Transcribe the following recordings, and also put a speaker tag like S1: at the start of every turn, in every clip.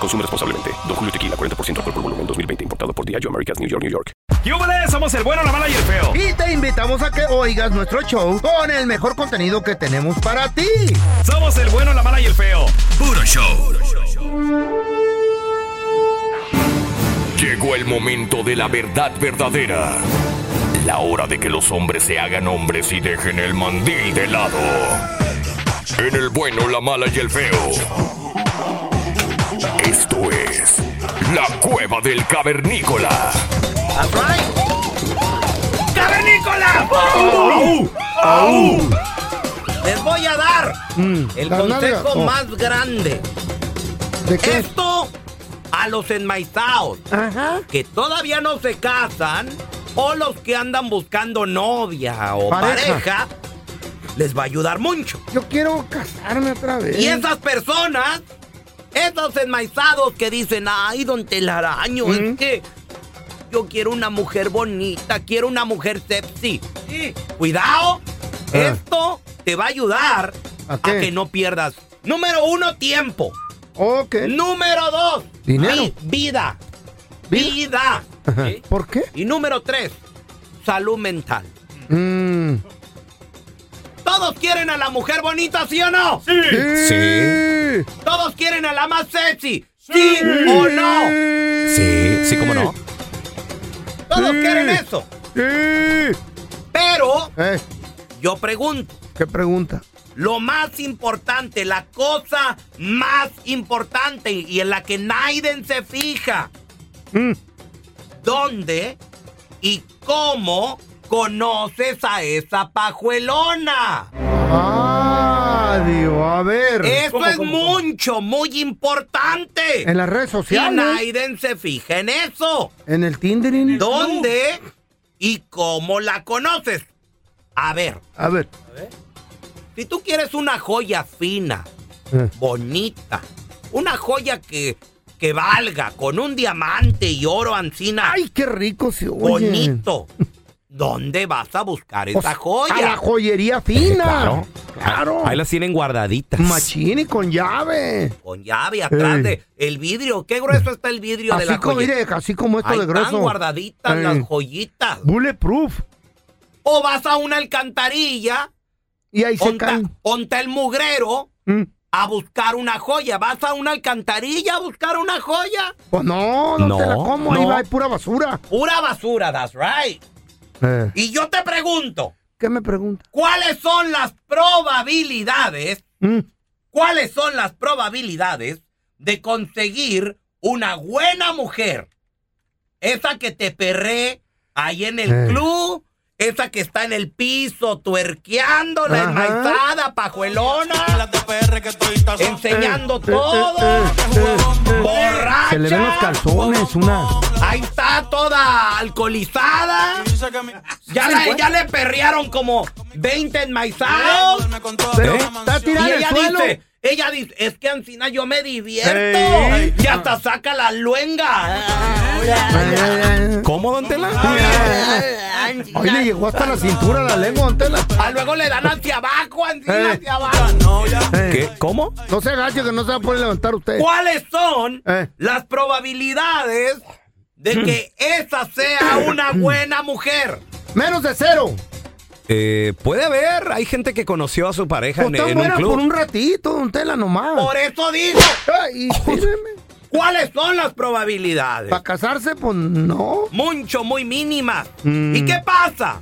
S1: Consume responsablemente. Don Julio Tequila, 40% alcohol por volumen, 2020. Importado por Diageo Americas, New York, New York.
S2: ¡Yúbales! Somos el bueno, la mala y el feo.
S3: Y te invitamos a que oigas nuestro show con el mejor contenido que tenemos para ti.
S2: Somos el bueno, la mala y el feo.
S1: Puro show. Llegó el momento de la verdad verdadera. La hora de que los hombres se hagan hombres y dejen el mandil de lado. En el bueno, la mala y el feo. Esto es la cueva del cavernícola.
S2: ¡Cavernícola!
S4: Les voy a dar el
S3: las nalgas,
S4: consejo
S3: Mm. oh.
S4: más grande.
S3: ¿De qué?
S4: Esto a los enmaizados que todavía no se casan o los que andan buscando novia o
S3: Pareja.
S4: pareja, les va a ayudar mucho.
S3: Yo quiero casarme otra vez.
S4: Y esas personas, esos enmaizados que dicen, ay, don Telaraño,
S3: Mm.
S4: es que yo quiero una mujer bonita, quiero una mujer sexy. Sí, Cuidado,
S3: Ah.
S4: esto te va a ayudar
S3: ¿A
S4: a,
S3: qué?
S4: que no pierdas, número uno, tiempo.
S3: Ok.
S4: Número dos,
S3: ¿Eh? Dinero.
S4: vi- vida.
S3: ¿Vida?
S4: Vida.
S3: Ajá.
S4: ¿Sí?
S3: ¿Por qué?
S4: Y número tres, salud mental.
S3: Mm.
S4: Todos quieren a la mujer bonita, ¿sí o no? Sí.
S3: Sí.
S4: Todos quieren a la más sexy. ¿Sí o no?
S3: Sí, sí, cómo
S2: no.
S4: Todos
S3: Sí.
S4: quieren eso.
S3: Sí.
S4: Pero
S3: Eh,
S4: yo pregunto,
S3: ¿Qué pregunta?
S4: lo más importante, la cosa más importante y en la que Naiden se fija,
S3: Mm.
S4: ¿dónde y cómo conoces a esa pajuelona?
S3: Ah, digo, a ver.
S4: Eso
S3: ¿Cómo,
S4: es
S3: cómo, cómo?
S4: mucho, muy importante.
S3: En las redes
S4: y
S3: sociales.
S4: Naiden se fija en eso.
S3: En el Tinder. en-
S4: ¿Dónde y cómo la conoces? A ver,
S3: A ver.
S4: si tú quieres una joya fina,
S3: Eh.
S4: bonita. Una joya que, que valga, con un diamante y oro ancina.
S3: Ay, qué rico se oye.
S4: bonito. ¿Dónde vas a buscar
S3: Pues,
S4: esa
S3: A la
S4: joya?
S3: joyería fina.
S2: Eh, Claro.
S3: Claro.
S2: Ahí las tienen guardaditas.
S3: Machín y con llave.
S4: Con llave atrás
S3: Ey. Mm.
S4: de el vidrio. Qué grueso está el vidrio de
S3: Así
S4: la
S3: como,
S4: joya.
S3: mire, así como esto
S4: Ahí
S3: de grueso.
S4: están guardaditas
S3: Ey.
S4: las joyitas.
S3: Bulletproof.
S4: O vas a una alcantarilla,
S3: Y ahí se
S4: onta,
S3: caen.
S4: onta el mugrero,
S3: Mm.
S4: a buscar una joya. Vas a una alcantarilla a buscar una joya.
S3: Pues no, no,
S2: No,
S3: te la como. Ahí
S2: no.
S3: va, hay pura basura.
S4: Pura basura, that's right.
S3: Eh,
S4: Y yo te pregunto,
S3: ¿Qué me pregunta?
S4: ¿Cuáles son las probabilidades?
S3: Mm.
S2: ¿Eh?
S4: ¿Cuáles son las probabilidades de conseguir una buena mujer? Esa que te perré ahí en el
S3: Eh.
S4: club, esa que está en el piso tuerqueando, la
S3: Ajá.
S4: enmaizada, pajuelona, enseñando todo,
S3: eh, eh, eh.
S4: borracha.
S3: Se le ven los calzones, una.
S4: Ahí está toda alcoholizada. Ya,
S3: pues.
S4: la- ya le perrearon como 20 enmaizados.
S3: Pero
S2: ¿Eh?
S3: está
S4: Y
S3: tirada en el
S4: ella
S3: suelo.
S4: dice, Ella dice, es que Ancina yo me divierto.
S2: Ey.
S4: Y hasta saca la luenga.
S2: ¿Cómo, don Tela?
S3: Hoy le llegó hasta la cintura la lengua, don Tela.
S4: Ah, luego le dan hacia abajo, Ancina,
S3: Ey.
S4: hacia abajo.
S2: ¿Qué? ¿Cómo?
S3: No se agache que no se va a poder levantar usted.
S4: ¿Cuáles son
S3: Eh.
S4: las probabilidades de que esa sea una buena mujer?
S3: Menos de cero.
S2: Eh, puede haber. Hay gente que conoció a su pareja en,
S3: Pues tan
S2: en un
S3: buena por
S2: club.
S3: un ratito, don Tela, nomás.
S4: Por Eh. eso digo,
S3: Ay,
S4: ¿cuáles son las probabilidades?
S3: ¿Para casarse? Pues no.
S4: Mucho, muy mínimas.
S3: Mm.
S4: ¿Y qué pasa?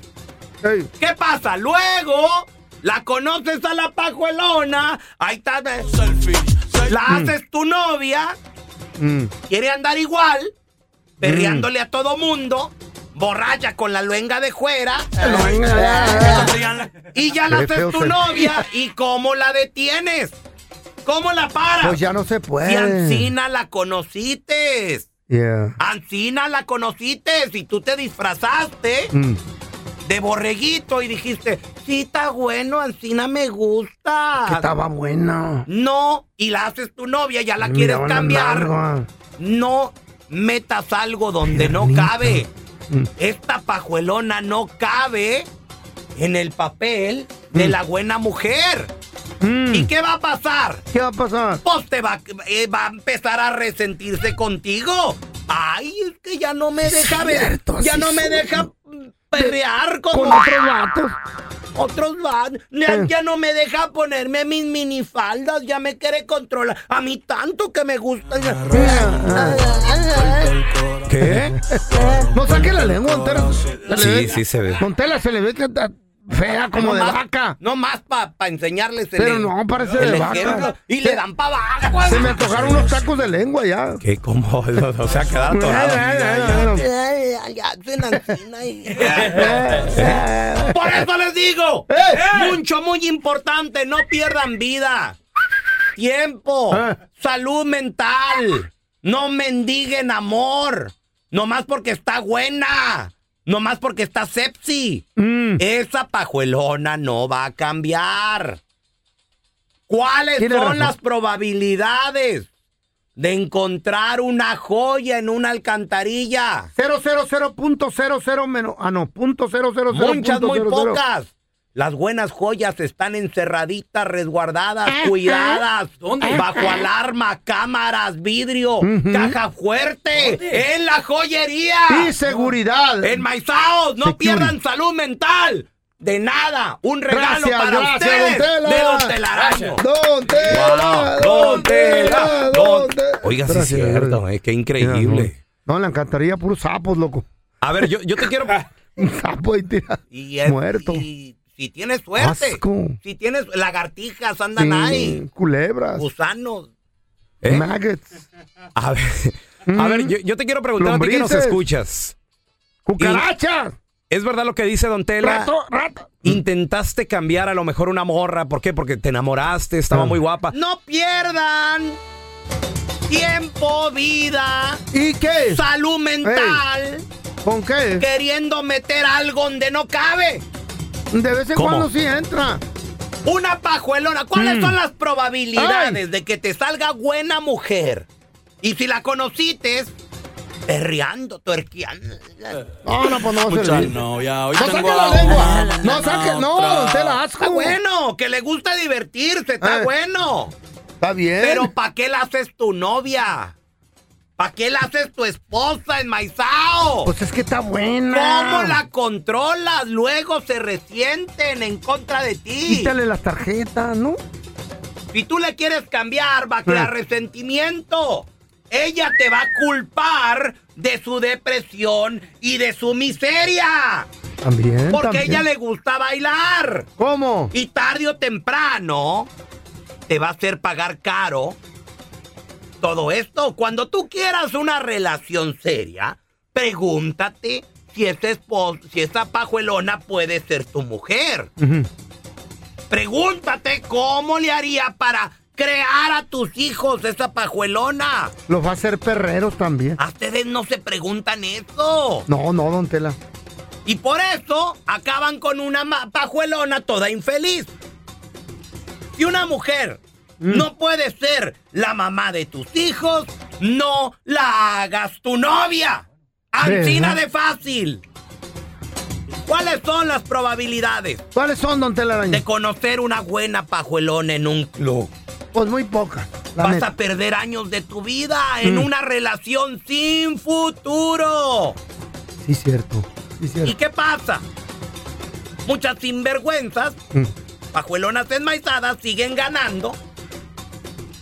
S3: Ey.
S4: ¿Qué pasa? Luego la conoces a la pajuelona, ahí está, de- la haces tu novia,
S3: Mm.
S4: quiere andar igual, perreándole a todo mundo, borracha con la luenga de fuera, y ya la
S3: Ah. Qué
S4: haces
S3: feo
S4: tu
S3: se-
S4: novia, ¿y cómo la detienes? ¿Cómo la paras?
S3: Pues ya no se
S4: Si
S3: puede.
S4: Ancina la conociste,
S3: Yeah.
S4: Ancina la conociste, si tú te disfrazaste
S3: Mm.
S4: de borreguito y dijiste, sí está bueno, Ancina me gusta.
S3: Que estaba bueno.
S4: No, y la haces tu novia, ya la
S3: Me
S4: quieres
S3: miraban las
S4: cambiar.
S3: nalgas.
S4: No metas algo donde no
S3: Piernita.
S4: cabe.
S3: Mm.
S4: Esta pajuelona no cabe en el papel de
S3: Mm.
S4: la buena mujer.
S3: Mm.
S4: ¿Y qué va a pasar?
S3: ¿Qué va a pasar?
S4: Pues te va, eh, va a empezar a resentirse contigo. Ay, es que ya no me deja ver.
S3: cierto,
S4: ya
S3: sí
S4: no me
S3: soy.
S4: deja perrear como
S3: Con otros vatos.
S4: otros van. Ya,
S3: Eh.
S4: ya no me deja ponerme mis minifaldas. Ya me quiere controlar. A mí tanto que me gusta.
S2: ¿Qué?
S3: No saque la lengua, Montela.
S2: Sí, sí se ve.
S3: Montela se le ve que está fea como de
S4: más,
S3: vaca.
S4: No más para enseñarles el
S3: Pero no, parece
S4: el
S3: de
S4: ejemplo.
S3: vaca.
S4: Y le
S3: Se-
S4: dan para abajo.
S3: Se me antojaron unos tacos de lengua ya.
S2: ¿Qué? ¿Cómo? O sea, quedaba atorado.
S4: Ay, ay, ay, hacen ancina y- Por eso les digo,
S3: Eh.
S4: mucho, muy importante, no pierdan vida, tiempo,
S3: Eh.
S4: salud mental, no mendiguen amor, nomás porque está buena, nomás porque está sepsi.
S3: Mm.
S4: Esa pajuelona no va a cambiar. ¿Cuáles
S3: Tiene
S4: son
S3: razón.
S4: las probabilidades de encontrar una joya en una alcantarilla?
S3: 000.00 menos. Ah, no, punto cero cero cero
S4: Muchas,
S3: punto
S4: muy
S3: cero cero.
S4: pocas. Las buenas joyas están encerraditas, resguardadas, cuidadas, bajo alarma, cámaras, vidrio,
S3: Ujú.
S4: caja fuerte, en la joyería.
S3: Y seguridad.
S4: Enmaizaos, no
S3: Security.
S4: pierdan salud mental. De nada, un regalo
S3: Gracias,
S4: para
S3: gracias,
S4: ustedes
S3: don Tela.
S4: de Don Telaraño.
S3: Don Tela,
S2: Wow, don Tela, don-
S3: Tela.
S2: Oiga, sí es
S3: Gracias,
S2: cierto,
S4: eh,
S3: gracias.
S2: es que increíble.
S3: No, le encantaría puros sapos, loco.
S2: A ver, yo, yo te quiero.
S3: Un sapo ahí tira.
S4: Y es-
S3: Muerto.
S4: y si tienes suerte,
S3: Asco.
S4: si tienes lagartijas, andan
S3: Sí,
S4: ahí,
S3: Culebras.
S4: gusanos.
S2: ¿Eh?
S3: Maggots.
S2: A ver, a ver yo, yo te quiero preguntar a ti que nos
S3: Lombrices.
S2: escuchas.
S3: Cucarachas.
S2: ¿Es verdad lo que dice Don Tela?
S3: Rato, rato.
S2: Intentaste cambiar a lo mejor una morra. ¿Por qué? Porque te enamoraste, estaba
S3: Ah.
S2: muy guapa.
S4: No pierdan tiempo, vida,
S3: ¿Y qué?
S4: salud mental,
S3: ¿Con qué?
S4: queriendo meter algo donde no cabe.
S3: De vez en
S2: ¿Cómo?
S3: cuando sí entra.
S4: Una pajuelona. ¿Cuáles
S3: Mm.
S4: son las probabilidades de que te salga buena mujer? Y si la conociste, perreando, tuerqueando.
S3: No, no, pues no va a servir. No, saque la lengua. No saque, no, don Tela, asco.
S4: Está bueno, que le gusta divertirse, está
S3: Eh.
S4: bueno.
S3: Está bien.
S4: Pero ¿para qué la haces tu novia? ¿Para qué la haces tu esposa en Maizao?
S3: Pues es que está buena.
S4: ¿Cómo la controlas? Luego se resienten en contra de ti.
S3: Quítale las tarjetas, ¿no?
S4: Si tú le quieres cambiar, va a crear resentimiento. Ella te va a culpar de su depresión y de su miseria.
S3: También.
S4: Porque a
S3: también.
S4: ella le gusta bailar.
S3: ¿Cómo?
S4: Y tarde o temprano te va a hacer pagar caro todo esto. Cuando tú quieras una relación seria, pregúntate si esa, espos- si esa pajuelona puede ser tu mujer.
S3: Ujú.
S4: Pregúntate cómo le haría para crear a tus hijos esa pajuelona.
S3: Los va a hacer perreros también.
S4: A ustedes no se preguntan eso.
S3: No, no, don Tela.
S4: Y por eso acaban con una ma- pajuelona toda infeliz. Si una mujer No puede ser la mamá de tus hijos. No la hagas tu novia. Antina de fácil. ¿Cuáles son las probabilidades
S3: ¿Cuáles son, don Telaraño?
S4: de conocer una buena pajuelona en un club?
S3: Pues muy pocas. la
S4: Vas
S3: neta. Mm.
S4: a perder años de tu vida en una relación sin futuro.
S3: Sí, cierto. Sí,
S4: ¿Y
S3: cierto.
S4: qué pasa? Muchas sinvergüenzas,
S3: Mm.
S4: pajuelonas enmaizadas, siguen ganando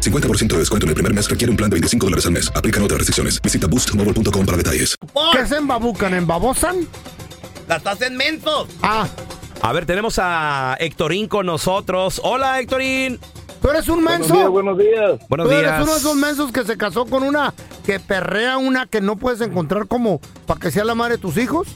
S5: 50% de descuento en el primer mes requiere un plan de 25 dólares al mes. Aplican otras restricciones. Visita boostmobile.com para detalles.
S3: ¿Qué se embabucan? ¿Embabosan?
S4: Las hacen mensos.
S3: Ah,
S2: A ver, tenemos a Héctorín con nosotros. Hola, Héctorín.
S3: tú eres un menso.
S6: Buenos días.
S2: Buenos
S3: tú
S2: días.
S3: eres uno de esos mensos que se casó con una que perrea una que no puedes encontrar como para que sea la madre de tus hijos.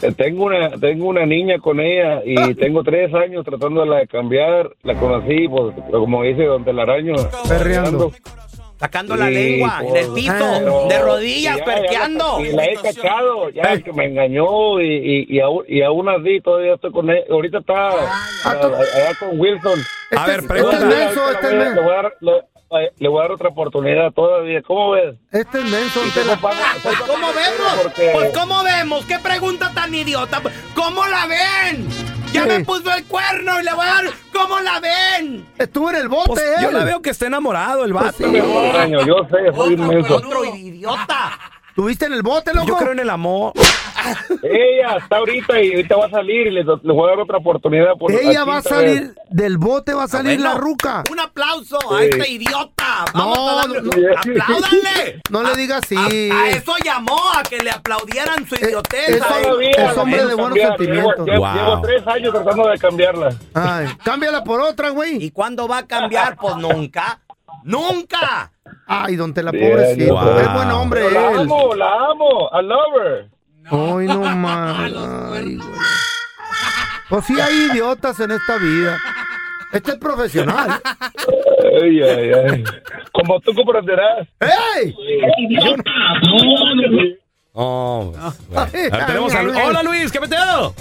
S6: Eh, Tengo una, tengo una niña con ella y
S5: Ah.
S6: tengo tres años tratándola de cambiar. La conocí, pues, como dice Don Telaraño.
S3: Perreando.
S4: Sacando la
S6: Sí,
S4: lengua en
S6: pues,
S4: el piso,
S3: pero-
S4: de rodillas,
S6: ya, ya la-
S4: perqueando.
S6: Y la he cachado, ya que me engañó y, y, y, aún, y aún así todavía estoy con ella. Ahorita está a-
S3: tú-
S6: allá con Wilson.
S3: Ah, Este
S2: ver,
S3: es-
S2: pregunta.
S3: Este es menso,
S6: Ahorita
S3: este es
S6: le voy a- le
S3: menso.
S6: voy a dar- le- eh, le voy a dar otra oportunidad todavía. ¿Cómo ves?
S3: Este es menso,
S6: Y
S3: este
S6: tengo
S3: la-
S6: pa-
S4: Pues, ¿Cómo vemos?
S6: Porque-
S4: Pues, ¿cómo vemos? ¿Qué pregunta tan idiota? ¿Cómo la ven? Ya
S3: Sí.
S4: me puso el cuerno y le voy a dar. ¿Cómo la ven? Pues,
S3: Estuvo en el bote,
S2: Pues,
S3: él.
S2: yo la veo que está enamorado el vato.
S6: Telaraño, Yo sé, soy inmenso.
S4: Otro idiota. Ah,
S3: ¿Tuviste en el bote,
S4: Pues,
S3: loco?
S2: Yo creo en el amor.
S6: Ella está ahorita y ahorita va a salir y le, le voy a dar otra oportunidad. por-
S3: Ella
S6: así,
S3: va a
S6: tal vez.
S3: salir del bote, va a
S2: Ah,
S3: salir
S4: Bueno,
S3: la ruca.
S4: Un aplauso a este idiota. Vamos
S3: No,
S4: a darle.
S3: no,
S6: no.
S4: ¡Apláudanle!
S3: No le digas
S4: A,
S3: sí.
S4: a eso llamó, a que le aplaudieran
S2: Eh,
S4: su idiotez.
S3: eso-
S4: a él.
S6: Todavía
S3: Es
S6: la
S3: hombre
S6: quiero
S3: de buenos
S6: cambiar.
S3: sentimientos.
S6: Llevo,
S2: Wow.
S6: llevo tres años tratando de cambiarla.
S3: Ay, cámbiala por otra, güey.
S4: ¿Y cuándo va a cambiar? Pues nunca. ¡Nunca!
S3: Ay, don Tela,
S6: Bien,
S3: pobrecito.
S2: wow.
S3: Es buen hombre
S6: Pero la
S3: él.
S6: amo, la amo. I love her.
S3: Ay, no más. Ay, güey. Pues sí hay idiotas en esta vida. Este es profesional.
S6: Ay, ay, ay. Como tú comprenderás.
S3: ¡Ey!
S2: Oh, pues, bueno. A ver, tenemos a Lu- Hola, Luis, ¿qué peteo?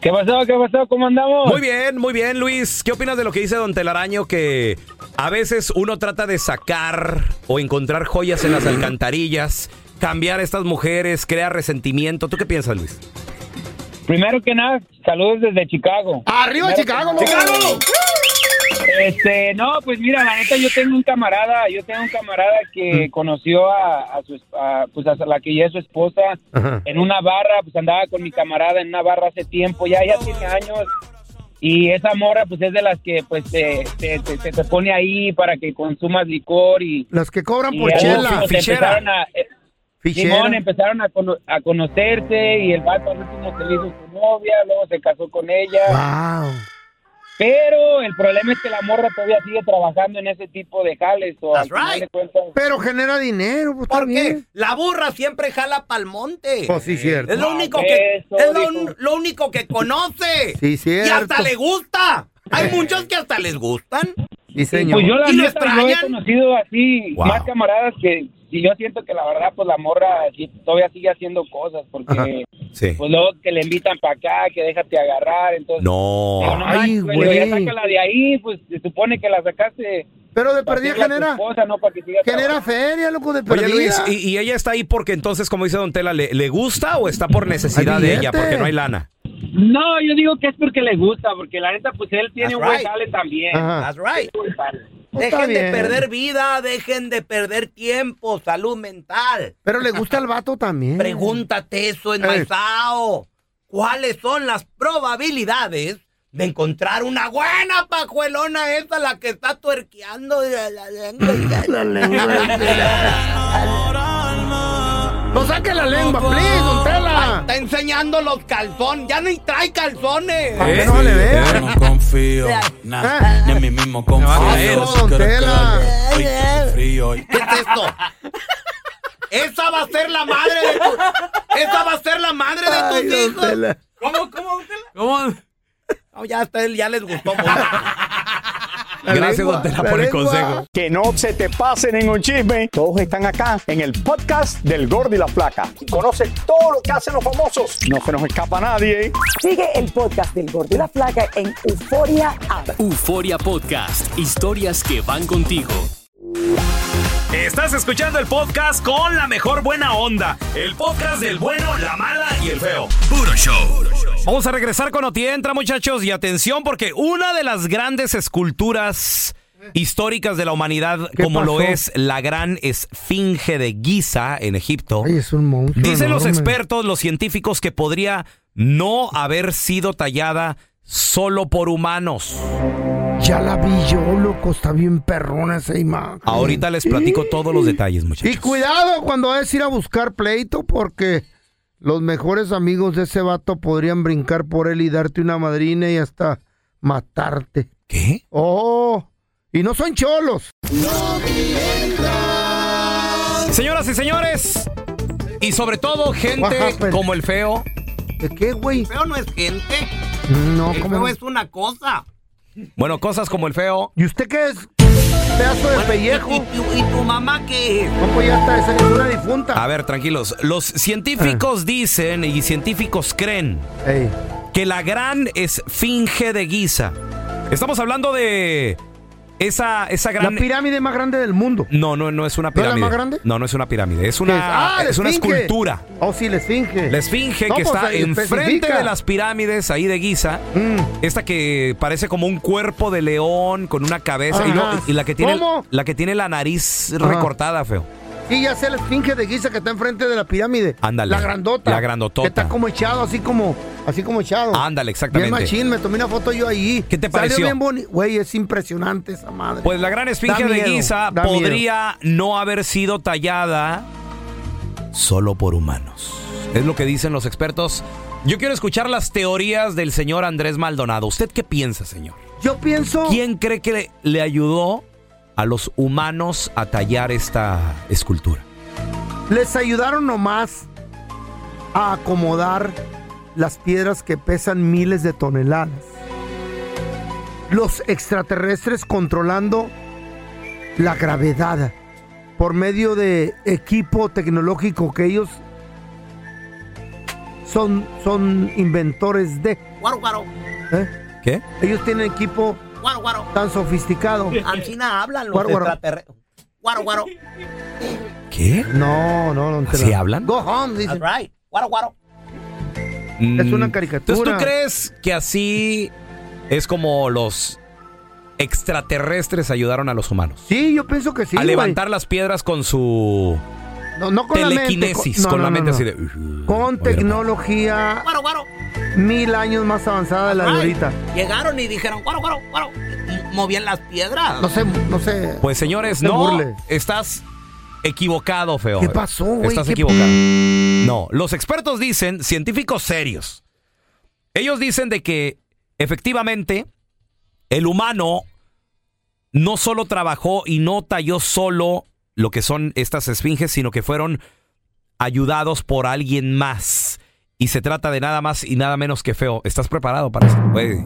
S6: ¿Qué pasó? ¿Qué pasó? ¿Cómo andamos?
S2: Muy bien, muy bien, Luis. ¿Qué opinas de lo que dice Don Telaraño? Que a veces uno trata de sacar o encontrar joyas en las alcantarillas, cambiar a estas mujeres, crea resentimiento. ¿Tú qué piensas, Luis?
S6: Primero que nada, saludos desde Chicago.
S3: ¡Arriba, Chicago, loco!
S6: Este, no, pues mira, la neta, yo tengo un camarada, yo tengo un camarada que conoció a, a su, es- a, pues a la que ya es su esposa en una barra, pues andaba con mi camarada en una barra hace tiempo, ya, ya tiene años, y esa mora, pues es de las que, pues, te, te, te- te- te pone ahí para que consumas licor y...
S3: Las que cobran
S6: y
S3: por
S6: ya,
S3: chela.
S6: pues, te
S2: fichera.
S6: empezaron a- eh,
S3: Fichera.
S6: Simón, empezaron a, cono- a conocerse y el vato al último se le hizo su novia, luego se casó con ella.
S3: Wow.
S6: Pero el problema es que la morra todavía sigue trabajando en ese tipo de jales. O
S4: That's
S6: al final
S4: right.
S6: de cuentas,
S3: Pero genera dinero, pues está
S4: ¿Por qué?
S3: bien.
S4: La burra siempre jala pa'l monte.
S3: Pues sí, cierto.
S4: Es lo único
S6: Ah,
S4: que
S6: eso
S4: es lo,
S6: dijo.
S4: lo único que conoce.
S3: Sí,
S4: Y
S3: cierto.
S4: hasta le gusta.
S7: Hay muchos que hasta les gustan.
S3: Sí, señor.
S6: Pues yo la
S7: ¿Y lo
S6: neta, yo he
S7: extrañan?
S6: conocido así
S4: Wow.
S6: más camaradas que y yo siento que la verdad pues la morra sí, todavía sigue haciendo cosas porque
S3: Ajá.
S4: Sí.
S6: pues luego que le invitan para acá, que déjate agarrar, entonces Digo,
S4: No.
S6: no
S3: Ay,
S6: manches, güey, digo,
S3: güey.
S6: Ya sácala de ahí, pues se supone que la sacaste
S3: Pero de
S6: para
S3: perdida
S6: hacerla tu
S3: genera,
S6: esposa, no para que siga
S3: genera
S6: trabajando.
S3: feria, loco, de perdida.
S4: Oye, Luis, y, y ella está ahí porque entonces, como dice Don Tela, ¿le, le gusta o está por necesidad
S3: Hay
S4: de ella?
S3: billete.
S4: Porque no hay lana.
S6: No, yo digo que es porque le gusta, porque la neta pues él tiene
S7: That's
S6: un buen
S7: right.
S6: jale también.
S3: Ajá.
S7: That's right.
S6: Buen jale.
S3: Pues está
S7: Dejen de
S3: bien.
S7: perder vida, dejen de perder tiempo, salud mental.
S3: Pero le gusta al vato también.
S7: Pregúntate eso, enmaizao. ¿Cuáles son las probabilidades de encontrar una buena pajuelona esa, la que está tuerqueando de la lengua?
S3: No saque la lengua, please, don
S7: Ay,
S3: Tela.
S7: está enseñando los calzones, ya ni trae calzones.
S3: Para que Eh, no
S5: Eh,
S3: le
S5: Yo
S3: vea.
S5: no confío, nah, ni en mí mismo confío.
S3: Eso, don Tela.
S5: Ay, qué frío.
S7: ¿Qué es esto? Esa va a ser la madre de tu... Esa va a ser la madre de tus hijos. ¿Cómo, cómo,
S5: ¿Cómo?
S7: No, ya, está, ya les gustó. mucho.
S4: Gracias,
S3: lengua,
S4: Don Tela,
S3: la
S4: por el
S3: lengua.
S4: consejo.
S8: Que no se te pase ningún chisme. Todos están acá en el podcast del Gordi y la Flaca. Y Conoce todo lo que hacen los famosos. No se nos escapa nadie.
S9: Sigue el podcast del Gordo y la Flaca en Euforia App.
S10: Euforia Podcast, historias que van contigo. Estás escuchando el podcast con la mejor buena onda. El podcast del bueno, la mala y el feo. Puro show.
S4: Vamos a regresar con Otientra, muchachos, y atención porque una de las grandes esculturas históricas de la humanidad,
S3: ¿Qué
S4: como lo
S3: pasó?
S4: es la gran esfinge de Giza en Egipto,
S3: Ay, es un monstruo.
S4: dicen los
S3: enorme.
S4: expertos, los científicos, que podría no haber sido tallada solo por humanos.
S3: Ya la vi yo, loco, está bien perrona esa imagen.
S4: Ahorita les platico todos los detalles, muchachos.
S3: Y cuidado cuando es ir a buscar pleito porque los mejores amigos de ese vato podrían brincar por él y darte una madrina y hasta matarte.
S4: ¿Qué?
S3: Oh, y no son cholos.
S4: Señoras y señores, y sobre todo
S3: What
S4: gente
S3: happened?
S4: como el feo,
S3: ¿De qué, güey?
S7: Feo no es gente.
S3: No,
S7: El
S3: como
S7: feo es una cosa.
S4: bueno, cosas como el feo,
S3: ¿Y usted qué es? Pedazo de pellejo.
S7: ¿Y, tu, y tu mamá qué es?
S3: No, pues ya está, esa es una difunta.
S4: A ver, tranquilos. Los científicos dicen y científicos creen
S3: Ey,
S4: que la gran esfinge de Giza. Estamos hablando de esa, esa
S3: la
S4: gran.
S3: pirámide más grande del mundo.
S4: no, no, no es
S3: ¿No
S4: una
S3: es la
S4: pirámide.
S3: más grande?
S4: No, no es una pirámide. Es
S3: ¿Qué es?
S4: una,
S3: Ah, la
S4: es una
S3: esfinge.
S4: escultura.
S3: Oh, sí, la esfinge.
S4: La esfinge
S3: No,
S4: que
S3: pues,
S4: está
S3: eh,
S4: enfrente
S3: especifica.
S4: de las pirámides ahí de Giza.
S3: Mm.
S4: Esta que parece como un cuerpo de león con una cabeza. Y, no-
S3: Ajá.
S4: y la que tiene
S3: ¿Cómo?
S4: la que tiene la nariz
S3: Ajá.
S4: recortada, feo.
S3: Y ya sé la esfinge de Giza que está enfrente de la pirámide.
S4: Ándale.
S3: La grandota.
S4: La grandotota.
S3: Que está como echado, así como, así como echado.
S4: Ándale, exactamente.
S3: Oh. Bien machín, me tomé una foto yo ahí.
S4: ¿Qué te pareció?
S3: Salió bien bonito. Güey, es impresionante esa madre.
S4: Pues la gran esfinge
S3: Da
S4: de
S3: miedo,
S4: Giza
S3: da
S4: podría no haber sido tallada solo por humanos. Es lo que dicen los expertos. Yo quiero escuchar las teorías del señor Andrés Maldonado. ¿Usted qué piensa, señor?
S3: yo pienso...
S4: ¿Quién cree que le, le ayudó a los humanos a tallar esta escultura?
S3: Les ayudaron nomás a acomodar las piedras que pesan miles de toneladas. Los extraterrestres controlando la gravedad por medio de equipo tecnológico que ellos son, son inventores de.
S7: Guaro, guaro,
S3: ¿eh?
S4: ¿Qué?
S3: Ellos tienen equipo
S7: guaro, guaro.
S3: tan sofisticado.
S7: Ancina hablan los
S3: Guaro, guaro.
S7: extraterrestres. Guaro, guaro.
S4: ¿Qué?
S3: No, no, no.
S4: ¿Así hablan?
S3: Go home,
S7: That's
S3: dicen.
S7: right. Guaro, guaro.
S3: Es una
S4: Mm,
S3: caricatura.
S4: Entonces, ¿tú crees que así es como los extraterrestres ayudaron a los humanos?
S3: Sí, yo pienso que sí.
S4: a
S3: güey.
S4: levantar las piedras con su
S3: No, no con la mente,
S4: telequinesis,
S3: no,
S4: con
S3: no,
S4: la
S3: no,
S4: mente
S3: no.
S4: así de... "Ujú, voy
S3: Con
S4: a grabar".
S3: tecnología
S7: Guaro, guaro.
S3: mil años más avanzada de la de
S7: Ay,
S3: ahorita.
S7: Llegaron y dijeron, guaro, guaro, guaro. Y movían las piedras.
S3: No sé, no sé.
S4: Pues señores,
S3: No te
S4: no,
S3: burles.
S4: estás equivocado, feo.
S3: ¿Qué pasó, güey?
S4: Estás
S3: ¿Qué-
S4: equivocado. No, los expertos dicen, científicos serios, ellos dicen de que efectivamente el humano no solo trabajó y no talló solo lo que son estas esfinges, sino que fueron ayudados por alguien más. Y se trata de nada más y nada menos que feo. ¿Estás preparado para eso? Güey,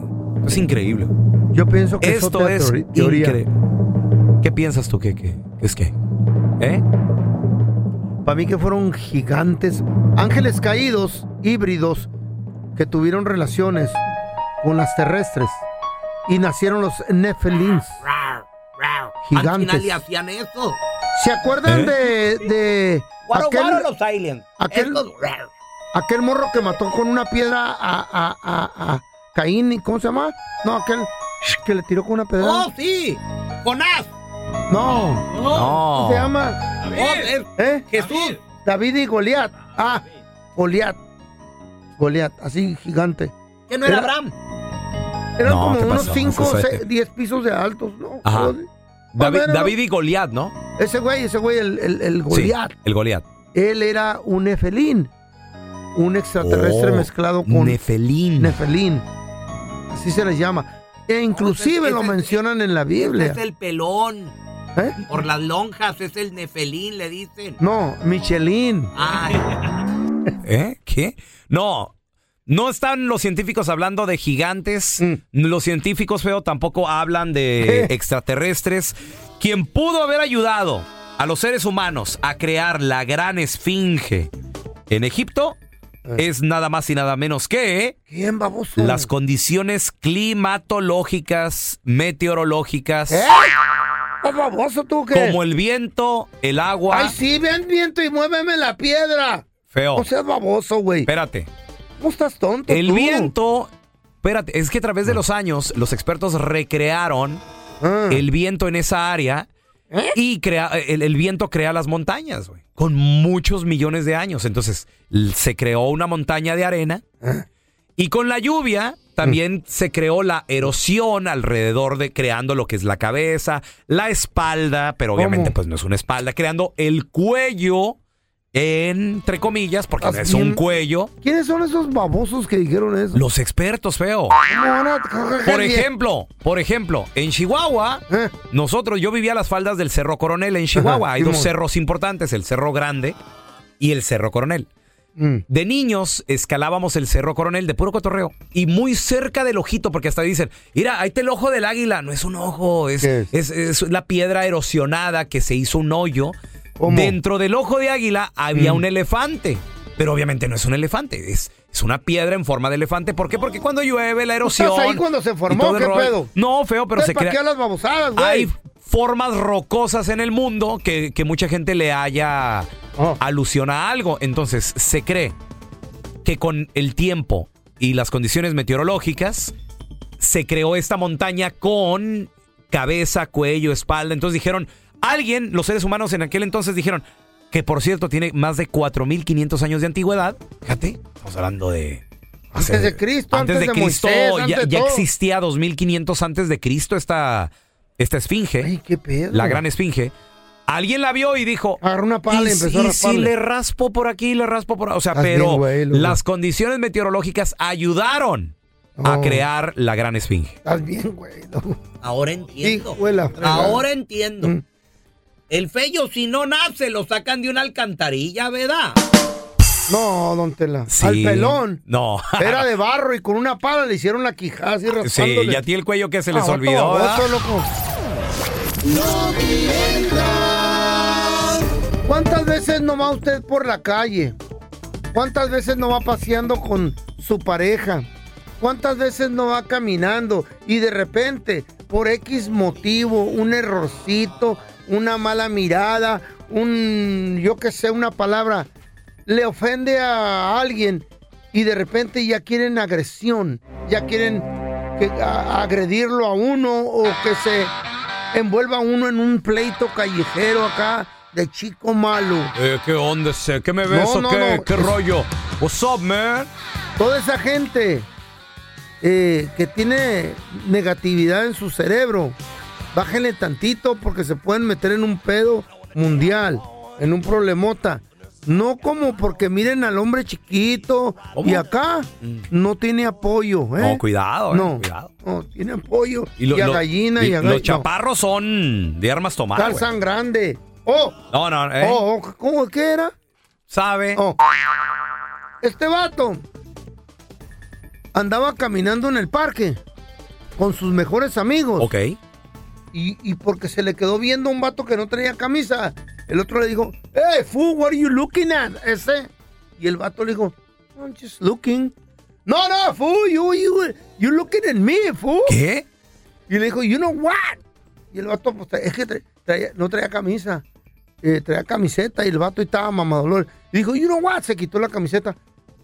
S4: es increíble.
S3: Yo pienso que
S4: Esto
S3: otra
S4: es
S3: teori- teoría.
S4: incre- ¿Qué piensas tú que, que- que es que? ¿Eh?
S3: Para mí que fueron gigantes, ángeles caídos, híbridos, que tuvieron relaciones con las terrestres y nacieron los nefelins.
S7: Al final
S3: Gigantes.
S7: le hacían eso.
S3: ¿Se
S4: ¿Eh?
S3: acuerdan de, de
S7: Guaro,
S3: aquel,
S7: guaro los aliens.
S3: aquel-
S7: Estos-
S3: aquel morro que mató con una piedra a, a, a, a Caín? y- ¿Cómo se llama? No, aquel que le tiró con una piedra.
S7: ¡Oh, sí! ¡Jonás!
S3: No. ¿Cómo se llama?
S7: Oh, es-
S3: ¿Eh?
S7: Jesús.
S3: David y Goliat. Ah, Goliat. Goliat, así gigante.
S7: ¿Que no era Abraham?
S3: Eran
S4: No,
S3: como
S4: ¿qué
S3: unos
S4: pasó?
S3: 5 o
S4: Ese-
S3: 10 pisos de altos, ¿no?
S4: Ajá. David,
S3: menos.
S4: David y Goliat, ¿no?
S3: Ese güey, ese güey, el, el, el
S4: Sí,
S3: Goliat.
S4: el Goliat.
S3: Él era un efelín. Un extraterrestre
S4: Oh,
S3: mezclado con.
S4: Nefelín.
S3: Nefelín. Así se les llama. E inclusive lo mencionan en la Biblia.
S7: Es el pelón.
S3: ¿Eh?
S7: Por las lonjas, es el nefelín, le dicen.
S3: No, Michelin.
S4: ¿Eh? ¿Qué? No. No están los científicos hablando de gigantes.
S3: Mm.
S4: Los científicos, feo, tampoco hablan de extraterrestres. Quien pudo haber ayudado a los seres humanos a crear la gran esfinge en Egipto
S3: Eh.
S4: es nada más y nada menos que
S3: ¿Quién, baboso?
S4: las condiciones climatológicas, meteorológicas,
S3: ¿Eh? ¿Estás baboso tú qué?
S4: como el viento, el agua.
S3: Ay, sí, ven viento y muéveme la piedra.
S4: Feo.
S3: No seas baboso, güey.
S4: Espérate.
S3: ¿Cómo estás tonto
S4: El
S3: tú?
S4: viento, espérate, es que a través de los años los expertos recrearon
S3: Ah.
S4: el viento en esa área
S3: ¿Eh?
S4: y crea, el, el viento crea las montañas, güey, con muchos millones de años. Entonces l- se creó una montaña de arena
S3: Ah.
S4: y con la lluvia
S3: Mm.
S4: también se creó la erosión alrededor de creando lo que es la cabeza, la espalda, pero obviamente pues no es una espalda, creando el cuello entre comillas porque no es un
S3: bien-
S4: cuello.
S3: ¿Quiénes son esos babosos que dijeron eso?
S4: Los expertos, feo.
S3: ¿Cómo van a coger bien?
S4: Por
S3: Ah.
S4: ejemplo, por ejemplo, en Chihuahua, nosotros, yo vivía a las faldas del Cerro Coronel en Chihuahua.
S3: Ajá,
S4: Hay dos
S3: Simón.
S4: cerros importantes, el Cerro Grande y el Cerro Coronel.
S3: Mm.
S4: De niños escalábamos el Cerro Coronel de puro cotorreo y muy cerca del ojito, porque hasta dicen, mira, ahí está el ojo del águila, no es un ojo, es, es- es la piedra erosionada que se hizo un hoyo. Dentro del ojo de águila había
S3: Mm.
S4: un elefante, pero obviamente no es un elefante, es, es una piedra en forma de elefante. ¿Por qué? Porque cuando llueve la erosión...
S3: Pues ¿Estás ahí cuando se
S4: y
S3: formó?
S4: todo el
S3: ¿Qué
S4: rollo.
S3: pedo?
S4: No, feo, pero
S3: Entonces,
S4: se
S3: ¿para
S4: crea...
S3: qué hablas babosadas, güey?
S4: Hay formas rocosas en el mundo que, que mucha gente le haya
S3: Oh.
S4: alusión a algo. Entonces, se cree que con el tiempo y las condiciones meteorológicas se creó esta montaña con cabeza, cuello, espalda. Entonces dijeron, alguien, los seres humanos en aquel entonces dijeron, que por cierto tiene más de 4.500 años de antigüedad. Fíjate, estamos hablando de...
S3: Antes de Cristo, antes,
S4: Antes de Cristo,
S3: Moisés, antes
S4: ya,
S3: de
S4: ya
S3: todo.
S4: existía 2500 antes de Cristo esta, esta esfinge. La gran esfinge. Alguien la vio y dijo.
S3: Agarró una pala y
S4: "¿Y si-
S3: Ah, empezó a
S4: y si
S3: rasparle?"
S4: le raspo por aquí, le raspo por. O sea,
S3: Estás
S4: pero
S3: bien, güey, loco.
S4: las condiciones meteorológicas ayudaron a
S3: Oh.
S4: crear la gran esfinge.
S3: Estás bien, güey.
S7: Ahora entiendo.
S3: Hijo de la fregada.
S7: Ahora entiendo. El fello, si no nace, lo sacan de una alcantarilla, ¿verdad?
S3: No, don Tela.
S4: Sí.
S3: Al pelón.
S4: No.
S3: Era de barro y con una pala le hicieron la quijada así
S4: Sí,
S3: raspándole.
S4: ya tiene el cuello que se les
S3: Ah,
S4: olvidó.
S3: vato
S4: ¿verdad?
S3: baboso, loco. ¿Cuántas veces no va usted por la calle? ¿Cuántas veces no va paseando con su pareja? ¿Cuántas veces no va caminando y de repente, por X motivo, un errorcito, una mala mirada, un, yo qué sé, una palabra, le ofende a alguien y de repente ya quieren agresión, ya quieren que- a- agredirlo a uno o que se envuelva uno en un pleito callejero acá de chico malo.
S4: Eh, ¿Qué onda? ese? ¿Qué me ves
S3: No,
S4: o
S3: no,
S4: qué,
S3: no.
S4: ¿Qué rollo? What's up, man?
S3: Toda esa gente eh, que tiene negatividad en su cerebro, bájenle tantito porque se pueden meter en un pedo mundial, en un problemota. No como porque miren al hombre chiquito y acá no tiene apoyo. ¿eh?
S4: Mm. No, cuidado, eh,
S3: No,
S4: cuidado.
S3: no, tiene apoyo. Y,
S4: lo-
S3: a
S4: lo-
S3: gallina y,
S4: y
S3: a
S4: Los
S3: gallina.
S4: chaparros son de armas
S3: No,
S4: tomadas. güey.
S3: calzan grande. Oh,
S4: No, no, eh.
S3: Oh, oh, ¿cómo que era?
S4: Sabe.
S3: Oh. Este vato andaba caminando en el parque con sus mejores amigos.
S2: Ok.
S3: Y, y porque se le quedó viendo un vato que no traía camisa. El otro le dijo, hey, fool, what are you looking at? Ese. Y el vato le dijo, I'm just looking. No, no, fool, you, you, you looking at me, fool.
S2: ¿Qué?
S3: Y le dijo, you know what? Y el vato, pues, es que tra- traía- no traía camisa. Eh, traía camiseta y el vato estaba mamadolor. Y dijo, you know what? Se quitó la camiseta.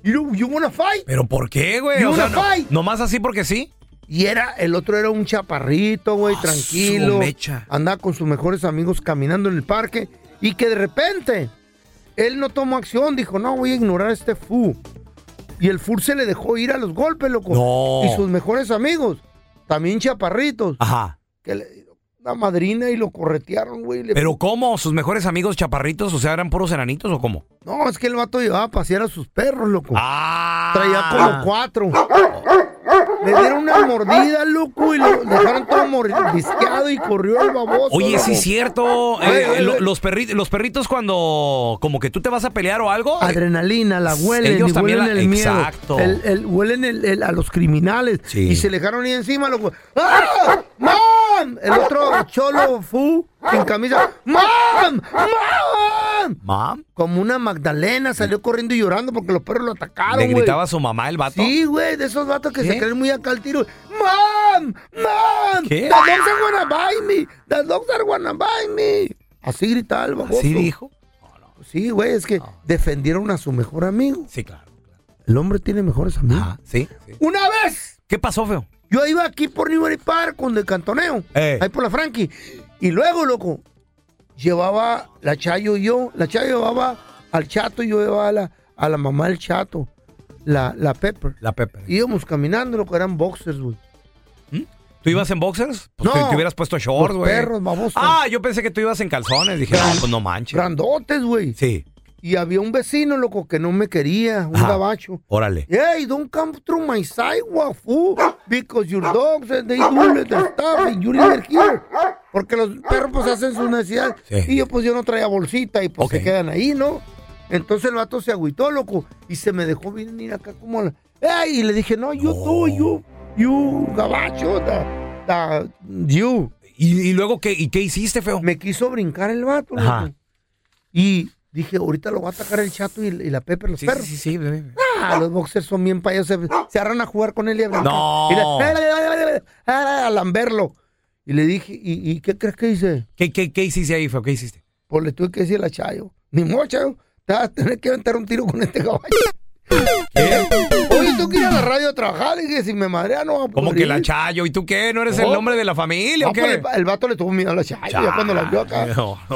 S3: You, know- you wanna fight?
S2: ¿Pero por qué, güey?
S3: You
S2: O sea,
S3: wanna
S2: no-
S3: fight?
S2: nomás así porque sí.
S3: Y era, el otro era un chaparrito, güey, tranquilo.
S2: Ah, mecha.
S3: Andaba con sus mejores amigos caminando en el parque. Y que de repente, él no tomó acción. Dijo, no, voy a ignorar a este fu. Y el fu se le dejó ir a los golpes, loco.
S2: No.
S3: Y sus mejores amigos, también chaparritos.
S2: Ajá.
S3: Que le dieron una madrina y lo corretearon, güey. Le-
S2: ¿Pero cómo? ¿Sus mejores amigos chaparritos? O sea, ¿eran puros enanitos o cómo?
S3: No, es que el vato llevaba a pasear a sus perros, loco.
S2: Ah.
S3: Traía como cuatro. Le dieron una mordida, loco, y lo dejaron todo mordisqueado y corrió el baboso.
S2: Oye,
S3: loco.
S2: sí es cierto. eh,
S3: Oye, oye,
S2: lo-
S3: oye.
S2: los, perritos, los perritos cuando como que tú te vas a pelear o algo. eh,
S3: Adrenalina, la huelen,
S2: Ellos
S3: y
S2: también
S3: huelen
S2: la-
S3: el miedo.
S2: exacto.
S3: El- el- huelen el- el- a los criminales.
S2: Sí.
S3: Y se le dejaron ir encima, loco. ¡Ah! ¡Mam! El otro cholo fu, sin camisa. ¡Mam! ¡Mam!
S2: Mam,
S3: Como una Magdalena salió corriendo y llorando porque los perros lo atacaron.
S2: le
S3: güey.
S2: gritaba a su mamá el vato.
S3: Sí, güey, de esos vatos que
S2: ¿Qué?
S3: se creen muy acá al tiro. ¡Mam! ¡Mam!
S2: ¿Qué?
S3: ¡The dogs are wanna buy me! ¡The dogs are wanna buy me! Así gritaba el baboso.
S2: ¿Así dijo?
S3: Sí, güey, es que defendieron a su mejor amigo.
S2: Sí, claro.
S3: El hombre tiene mejores amigos.
S2: Sí. sí.
S3: ¡Una vez!
S2: ¿Qué pasó, feo?
S3: Yo iba aquí por Newbury Park con el cantoneo.
S2: Eh.
S3: Ahí por la Frankie. Y luego, loco, llevaba la Chayo y yo. La Chayo llevaba al chato y yo llevaba a la, a la mamá del chato. La, la Pepper.
S2: La Pepper.
S3: Íbamos caminando, loco, eran boxers, güey.
S2: ¿Tú ibas en boxers? Pues
S3: No.
S2: te, te hubieras puesto shorts,
S3: Los
S2: güey.
S3: perros, baboso.
S2: Ah, yo pensé que tú ibas en calzones. Dije, no, pues no manches.
S3: Grandotes, güey.
S2: Sí,
S3: Y había un vecino, loco, que no me quería, un
S2: Ajá.
S3: gabacho.
S2: órale.
S3: Hey, don't come through my sidewalk, fool, because your dogs, eh, they do the stuff and you live here. Porque los perros, pues, hacen sus necesidades.
S2: Sí.
S3: Y yo, pues, yo no traía bolsita y, pues,
S2: Ok.
S3: se quedan ahí, ¿no? Entonces el vato se agüitó, loco, y se me dejó venir acá como... a la- Ey, y le dije, no, you do, you, you, gabacho, da, da, you.
S2: ¿Y, y luego qué, y qué hiciste, feo?
S3: Me quiso brincar el vato,
S2: Ajá.
S3: loco. Y dije, ahorita lo va a atacar el chato y, y la Pepe, los
S2: Sí,
S3: perros.
S2: sí, sí, sí, bebé.
S3: Ah, los boxers son bien payos. Se, se agarran a jugar con él y a brincar.
S2: No.
S3: Y "Eh, le- a lamberlo. Y le dije, ¿y, y qué crees que hice?
S2: ¿Qué, qué, ¿Qué hiciste ahí, feo? ¿Qué hiciste?
S3: Pues le tuve que decir a Chayo. Ni mocha, te vas a tener que aventar un tiro con este caballo. Oye, tú que ir a la radio a trabajar. Y que si me madrea no va a poder
S2: ¿Cómo que la
S3: ir.
S2: chayo? ¿Y tú qué? ¿No eres el
S3: No.
S2: nombre de la familia
S3: No,
S2: o
S3: pues,
S2: qué?
S3: el, el vato le tuvo miedo a la Chayo. Ya cuando la vio acá.
S2: No, no.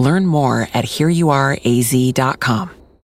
S7: Learn more at hereyouareaz.com.